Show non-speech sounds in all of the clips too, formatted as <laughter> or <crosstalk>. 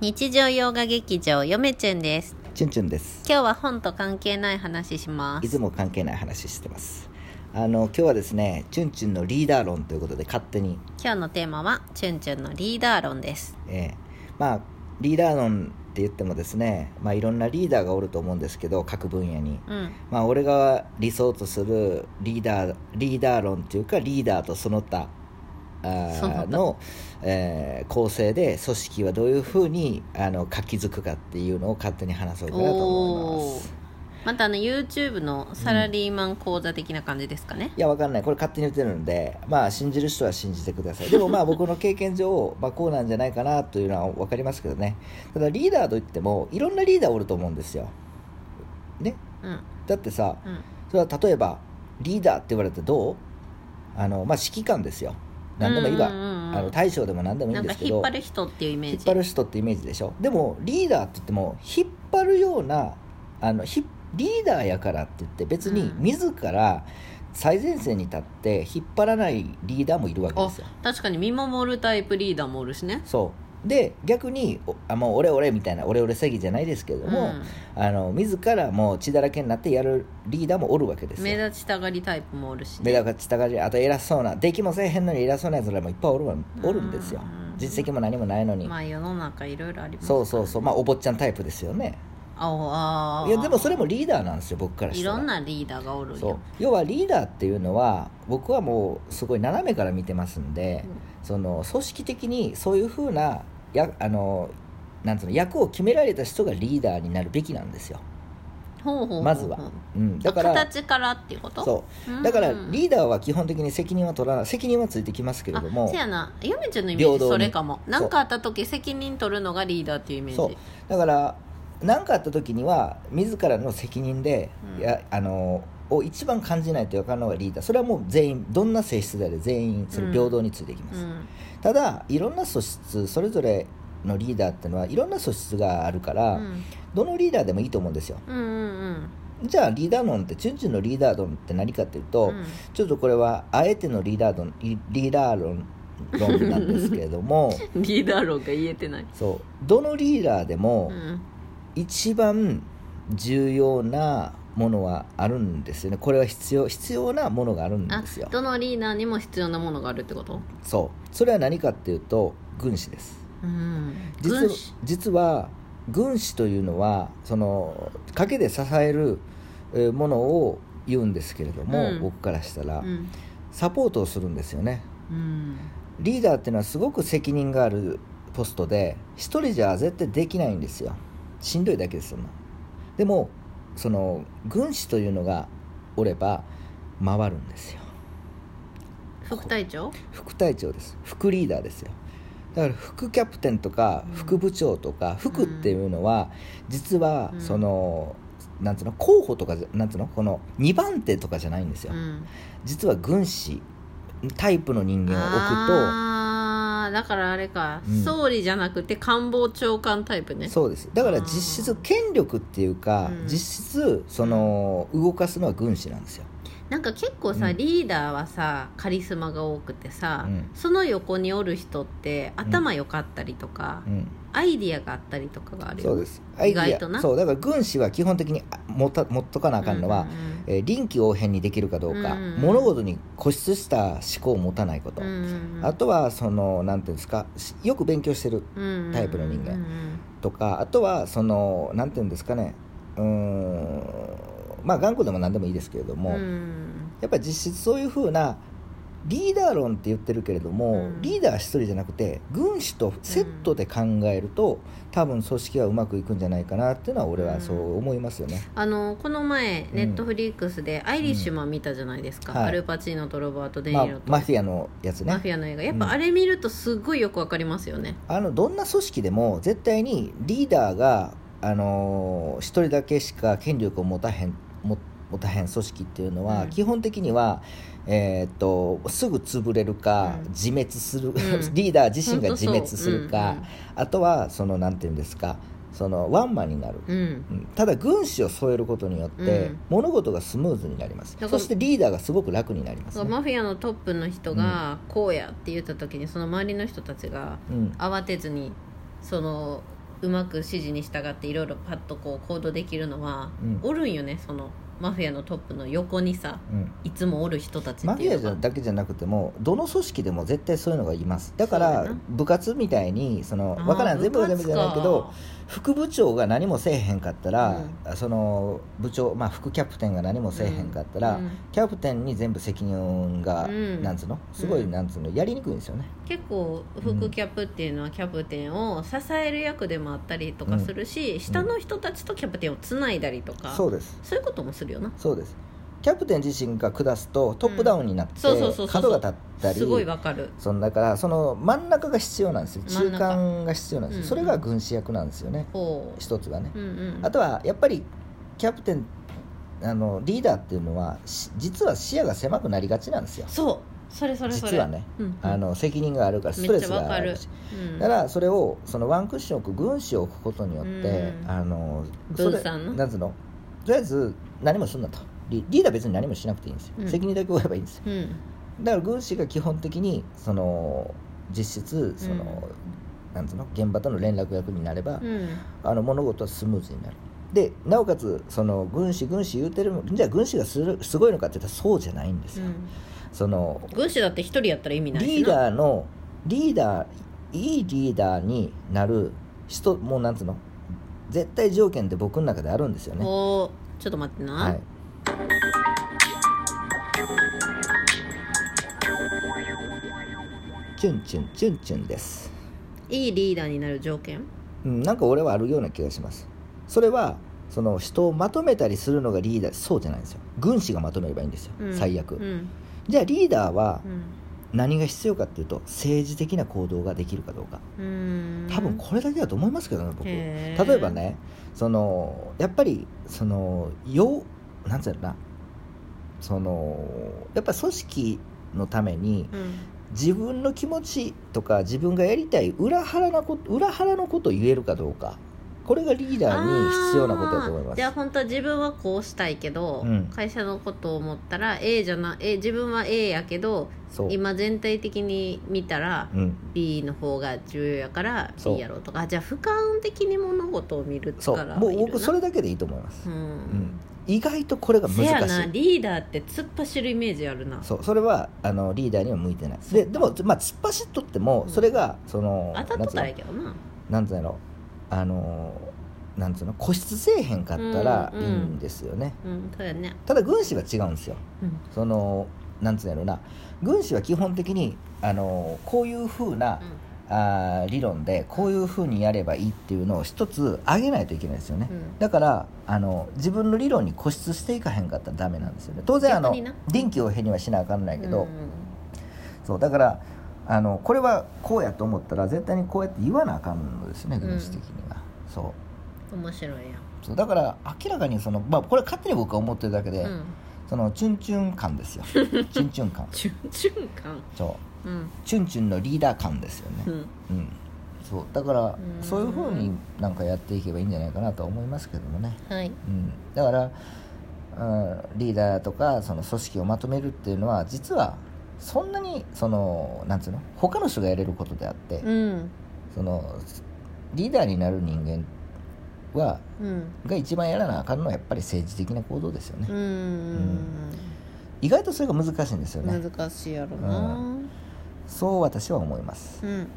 日常洋画劇場よめちゅんですチュンチュンです今日は本と関係ない話しまいすつも関係ない話してますあの今日はですねチュンチュンのリーダー論ということで勝手に、今日のテーマはちゅんちゅんのリーダー論ですえーまあリーダー論って言ってもですねまあいろんなリーダーがおると思うんですけど各分野にうんまあ俺が理想とするリーダーリーダー論というかリーダーとその他あーその他の、えー構成で組織はどういうふうにあの活気づくかっていうのを勝手に話そうかなと思いますーまたあの YouTube のサラリーマン講座的な感じですかね、いや、わかんない。これ勝手に言ってるので、まあ、信じる人は信じてください。でも、まあ、僕の経験上、 <laughs> まあ、こうなんじゃないかなというのはわかりますけどね。ただ、リーダーといっても、いろんなリーダーおると思うんですよ。ね。うん、うんだってさ、それは例えば、リーダーって言われてどうあの、まあ、指揮官ですよ。何でもいいわ。うんうんうんうんあの大将でも何でもいいなんんかですけど。引っ張る人っていうイメージ引っ張る人ってイメージでしょでもリーダーって言っても引っ張るようなあのひリーダーやからって言って別にうん自ら最前線に立って引っ張らないリーダーもいるわけですよ確かに見守るタイプリーダーもおるしねそうで逆におあもう俺俺みたいな俺俺詐欺じゃないですけれども、あの自らもう血だらけになってやるリーダーもおるわけうでん、す目よ立ちたがりタイプもおるし、目立ちたがりあと偉そうなできもせえへんのに偉そうなやつらもいっぱいおるわおるんですようん実績も何もないのに、まあ世の中いろいろありますそうそうそうまあお坊ちゃんタイプですよねあおあいやでもそれもリーダーなんですよ僕からいしたらろんなリーダーがおるそうよ要はリーダーっていうのは僕はもうすごい斜めから見てますんで、その組織的にそういうふうなやあのなんつうの役を決められた人がリーダーになるべきなんですよ、ほうほうほうほうまずは、うん、だから形からっていうことそうだからうんリーダーは基本的に責任は取らない責任はついてきますけれどあもせやなゆめちゃんのイメー平ジ等にそれかもそう何かあった時責任取るのがリーダーっていうイメーそうジだから何かあった時には自らの責任で、うんやあのを一番感じないといかんのがリーダーそれはもう全員どんな性質であれ全員それ平等についていきまうす、んただいろんな素質それぞれのリーダーってのはいろんな素質があるかうら、んどのリーダーでもいいと思うんですようんうんじゃあリーダー論ってチュンチュンのリーダー論って何かっていううと、んうんちょっとこれはあえてのリーダー論リリーダー論論なんですけれ <laughs> どもリーダー論が言えてないそうどのリーダーでも、うん一番重要なものはあるんですよねこれは必要必要なものがあるんあですよどのリーダーにも必要なものがあるってことそうそれは何かっていうと軍師ですうん実軍師実は軍師というのはその陰で支えるえーものを言うんですけれども、うん僕からしたら、うんサポートをするんですよねうんリーダーっていうのはすごく責任があるポストで一人じゃ絶対できないんですよしんどいだけですよでもその軍師というのがおれば回るんですよ副隊長副隊長です副リーダーですよだから副キャプテンとかうん副部長とか副っていうのは実はうんそのなんつうの候補とかじゃなんつうのこの2番手とかじゃないんですうよん実は軍師タイプの人間を置くとああだからあれか、うん総理じゃなくて官房長官タイプねそうですだから実あ質ー権力っていうか、うん実質その動かすのは軍師なんですよなんか結構さ、うんリーダーはさカリスマが多くてさ、うんその横におる人って頭良かったりとか、うんアイディアがあったりとかがあるよそうねですアイデ意ィ外となアそうだから軍師は基本的にあ持た持っとかなあかんのは、うえー臨機応変にできるかどうか、うんうん物事に固執した思考を持たないこと、んうんうんあとはそのなんていうんですかしよく勉強してるタイプの人間うんうんとかあとはそのなんていうんですかねうーんまあ頑固でも何でもいいですけれどうんも、うんやっぱ実質そういうふうなリーダー論って言ってるけれども、うんリーダー一人じゃなくて軍師とセットで考えると、多分組織はうまくいくんじゃないかなっていうのは俺はそう思いますよね、あのこの前ネットフリックスで「アイリッシュマン」見たじゃないですか、うんはいアルパチーノとロバート・デ・ニまあーロ、と、マフィアのやつマねフィアの映画やっうぱんあれ見るとすごいよくわかりますよね、あのどんな組織でも絶対にリーダーが、あのー一人だけしか権力を持たへんも持たへん組織っていうのは、うん基本的には、えーっとすぐ潰れるか、うん自滅する、ん <laughs> リーダー自身がほんと自そう滅するか、あとはそのなんていうんですかそのワンマンになる、うんうんうんうんただ軍師を添えることによって、うん物事がスムーズになりますだからそしてリーダーがすごく楽になりまそす、うねマフィアのトップの人がこうやって言った時にその周りの人たちがうん、慌てずにそのうまく指示に従っていろいろパッとこう行動できるのは、うんおるんよねそのマフィアのトップの横にさうん、いつもおる人たちマっフていィアうじのゃがだけじゃなくてもどの組織でも絶対そういうのがいますだそかうらだな部活みたいにそのあーわからん全部が部全活か部じゃないけど副部長が何もせえへんかったら、その部長、まあ、副キャプテンが何もせえへんかったら、うんキャプテンに全部責任が、うんなんつうのすごい、うんなんつうのやりにくいんですよね結構副キャプっていうのはキャプテンを支える役でもあったりとかするし、下の人たちとキャプテンをつないだりとか、そうですそういうこともするよなそうですキャプテン自身が下すとトップダウンになってそうそうそうそう角が立ったりすごいわかるそのだからその真ん中が必要なんですよ真ん中中間が必要なんですよ、うんそれが軍師役なんですよねほ一つがねう、うんうん、あとはやっぱりキャプテンあのリーダーっていうのはし実は視野が狭くなりがちなんですよそうそれそれそれ実はね、うんうんあの責任があるからストレスがあるしうん、だからそれをそのワンクッション置く軍師を置くことによって、うんあのそ分れ散のなんつうのとりあえず何もすんなとリリーダー別に何もしなくていいんですよ、うん責任だけ負えばいいんですようんだから軍師が基本的にその実質その、なんつうの現場との連絡役になれうば、んあの物事はスムーズになるでなおかつその軍師軍師言うてるもんじゃあ軍師がするすごいのかって言ったらそうじゃないんですうよ、ん、その軍師だって一人やったら意味ないリしーなダーのリーダーいいリーダーになる人もうなんつうの絶対条件って僕の中であるんですよねおーちょっと待ってな、はいチュンチュンチュンチュンですい、いリーダーになる条件うん、なんか俺はあるような気がしますそれはその人をまとめたりするのがリーダーそうじゃないんですよ軍師がまとめればいいんですよ、うん最悪、うんじゃあリーダーはうん何が必要かっていうと政治的な行動ができるかどうかうーん多分これだけだと思いますけどね僕例へーえばねそのやっぱりそのよなんつうのかなそのやっぱ組織のためにうん自分の気持ちとか自分がやりたい裏腹なこと裏腹のことを言えるかどうかこれがリーダーに必要なことだと思いまあーすじゃあ本当は自分はこうしたいけど、うん会社のことを思ったら A じゃな A 自分は A やけどそう、今全体的に見たらうん、 B の方が重要やからそう B やろうとかあじゃあ俯瞰的に物事を見るそかうらもう僕それれだけでいいと思います、うん、うん、意外とこれがせや難なしいリーダーって突っ走るイメージあるなそうそれはあのリーダーには向いてないででも、まあ、突っ走っとってもうんそれがその、当たっとなんっつたうのらいいけどななんつうのあのなんつうの固執せえへんかったらうんいいうんんですよね、うんそうやねただ軍師は違うんですようんそのなんつうんやろな軍師は基本的にあのこういうふうな、あー理論でこういうふうにやればいいっていうのを一つ上げないといけないですよね、うんだからあの自分の理論に固執していかへんかったらダメなんですよね当然あの逆にな臨機応変にはしなあかんないけど、うんそうだからあのこれはこうやと思ったら絶対にこうやって言わなあかんのですね軍師的には、そう面白いやんそうだから明らかにその、まあ、これは勝手に僕は思ってるだけで、うんそのチュンチュン感で <laughs> すよチュンチュン感順々感そううんチュンチュンのリーダー感ですよねうんうんそうだからうんそういうふうになんかやっていけばいいんじゃないかなとは思いますけどもね、はいうん、だから、うん、リーダーとかその組織をまとめるっていうのは実はそんなにそのなんつうの他の人がやれることであって、うんそのリーダーになる人間はうんが一番やらなあかんのはやっぱり政治的な行動ですよね、うん、意外とそれが難しいんですよね、難しいやろなそう私は思います、うん、うん、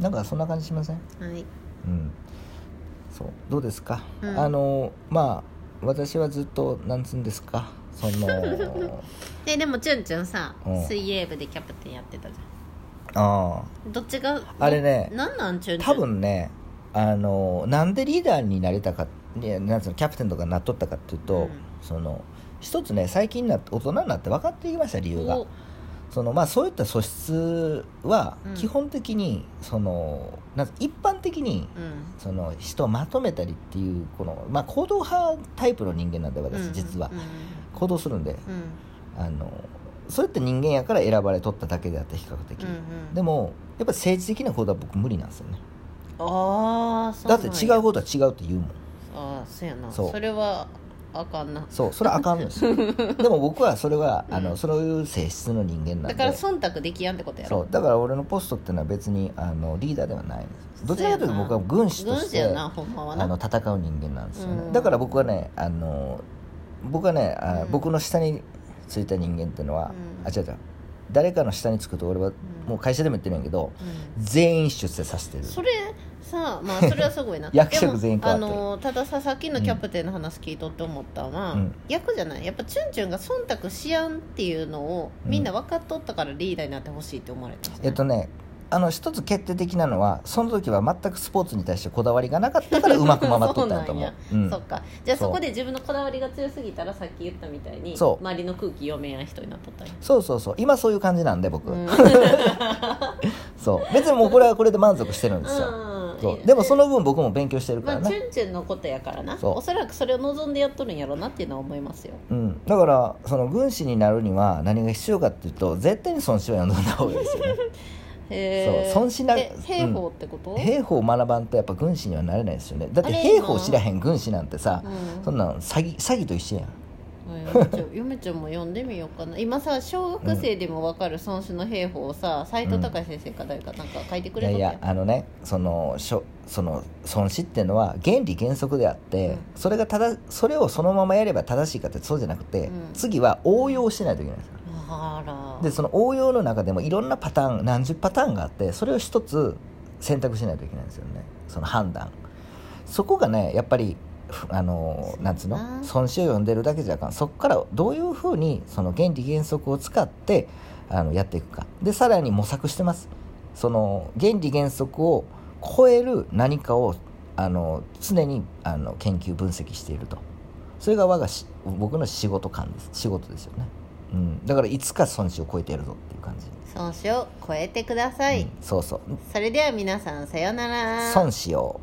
なんかそんな感じしませんはいうん、そうどうですか、うんあのまあ私はずっとなんつうんですかそ <laughs> のででもチュンチュンさうん水泳部でキャプテンやってたじゃあんどっちがああれねなんなんチュンチュン多分ねあのなんでリーダーになれたかいやなんつうのキャプテンとかなっとったかっていうと、うんその一つね最近になって大人になって分かってきました理由がおそのまあそういった素質はうん基本的に、そのなんつ一般的にうんその人をまとめたりっていうこの、まあ、行動派タイプの人間なんで私、うん実はうん行動するんでうんあのそうやって人間やから選ばれとっただけであって比較的、うんうんでもやっぱ政治的な行動は僕無理なんですよねああそうだなっんてや違うことは違うって言うもんああそうやなそうそれはあかんなそうそれはあ <laughs> かんのですよでも僕はそれはあの、うんそういう性質の人間なんでだから忖度できやんってことやろそうだから俺のポストっていうのは別にあのリーダーではないんですどちらかというとそうやな僕は軍師と軍し師てやなほんまはあなの戦う人間なんですよね、うんだから僕はねあの僕はねあ、うん僕の下についた人間っていうのは、うんあ違う違う誰かの下につくと俺はんもう会社でも言ってるんやけど、うん全員出世させてるそれさまあそれはすごい <laughs> な役職全員でもあ変わってるのただささっきのキャプテンの話聞いとって思ったのは、うん役じゃないやっぱチュンチュンが忖度しやんっていうのをうんみんな分かっとったからリーダーになってほしいって思われたんじゃないえっとねあの一つ決定的なのはその時は全くスポーツに対してこだわりがなか <laughs> ったからうまく回っとったんやと思うそうんそっかじゃあそうそこで自分のこだわりが強すぎたらさっき言ったみたいにそう周りの空気読めやん人になっとったんやそうそうそう今そういう感じなんで僕、うんそう別にもうこれはこれで満足してるんですよ、うんそうでもその分僕も勉強してるかまらあ、チね、ュンチュンのことやからなそうおそらくそれを望んでやっとるんやろうなっていうのは思いますようん、だからその軍師になるには何が必要かっていうと絶対に孫子は読んだ方がいいですよ <laughs> ねへーそう孫子なえ兵法ってこと、兵法を学ばんとやっぱ軍師にはなれないですよねだってあれ兵法知らへん軍師なんてさうんそんなん詐欺詐欺と一緒やんゆめちゃんも読んでみようかな今さ小学生でも分かる孫子の兵法をさ斎藤隆先生か誰かなんか書いてくいれやとったやいやんあのねそのしょその孫子っていうのは原理原則であって、うんそれがただそれをそのままやれば正しいかってそうじゃなくて、うん次は応用しないといけないんですよあらでその応用の中でもいろんなパターン何十パターンがあってそれを一つ選択しないといけないんですよねその判断そこがねやっぱりふあのそうだななんつうの孫子を読んでるだけじゃあかんそこからどういうふうにその原理原則を使ってあのやっていくかでさらに模索してますその原理原則を超える何かをあの常にあの研究分析しているとそれが我がし僕の仕事感です仕事ですよね、うん、だからいつか孫子を超えてやるぞっていう感じ、孫子を超えてください、うんそうそうそれでは皆さんさようなら孫子を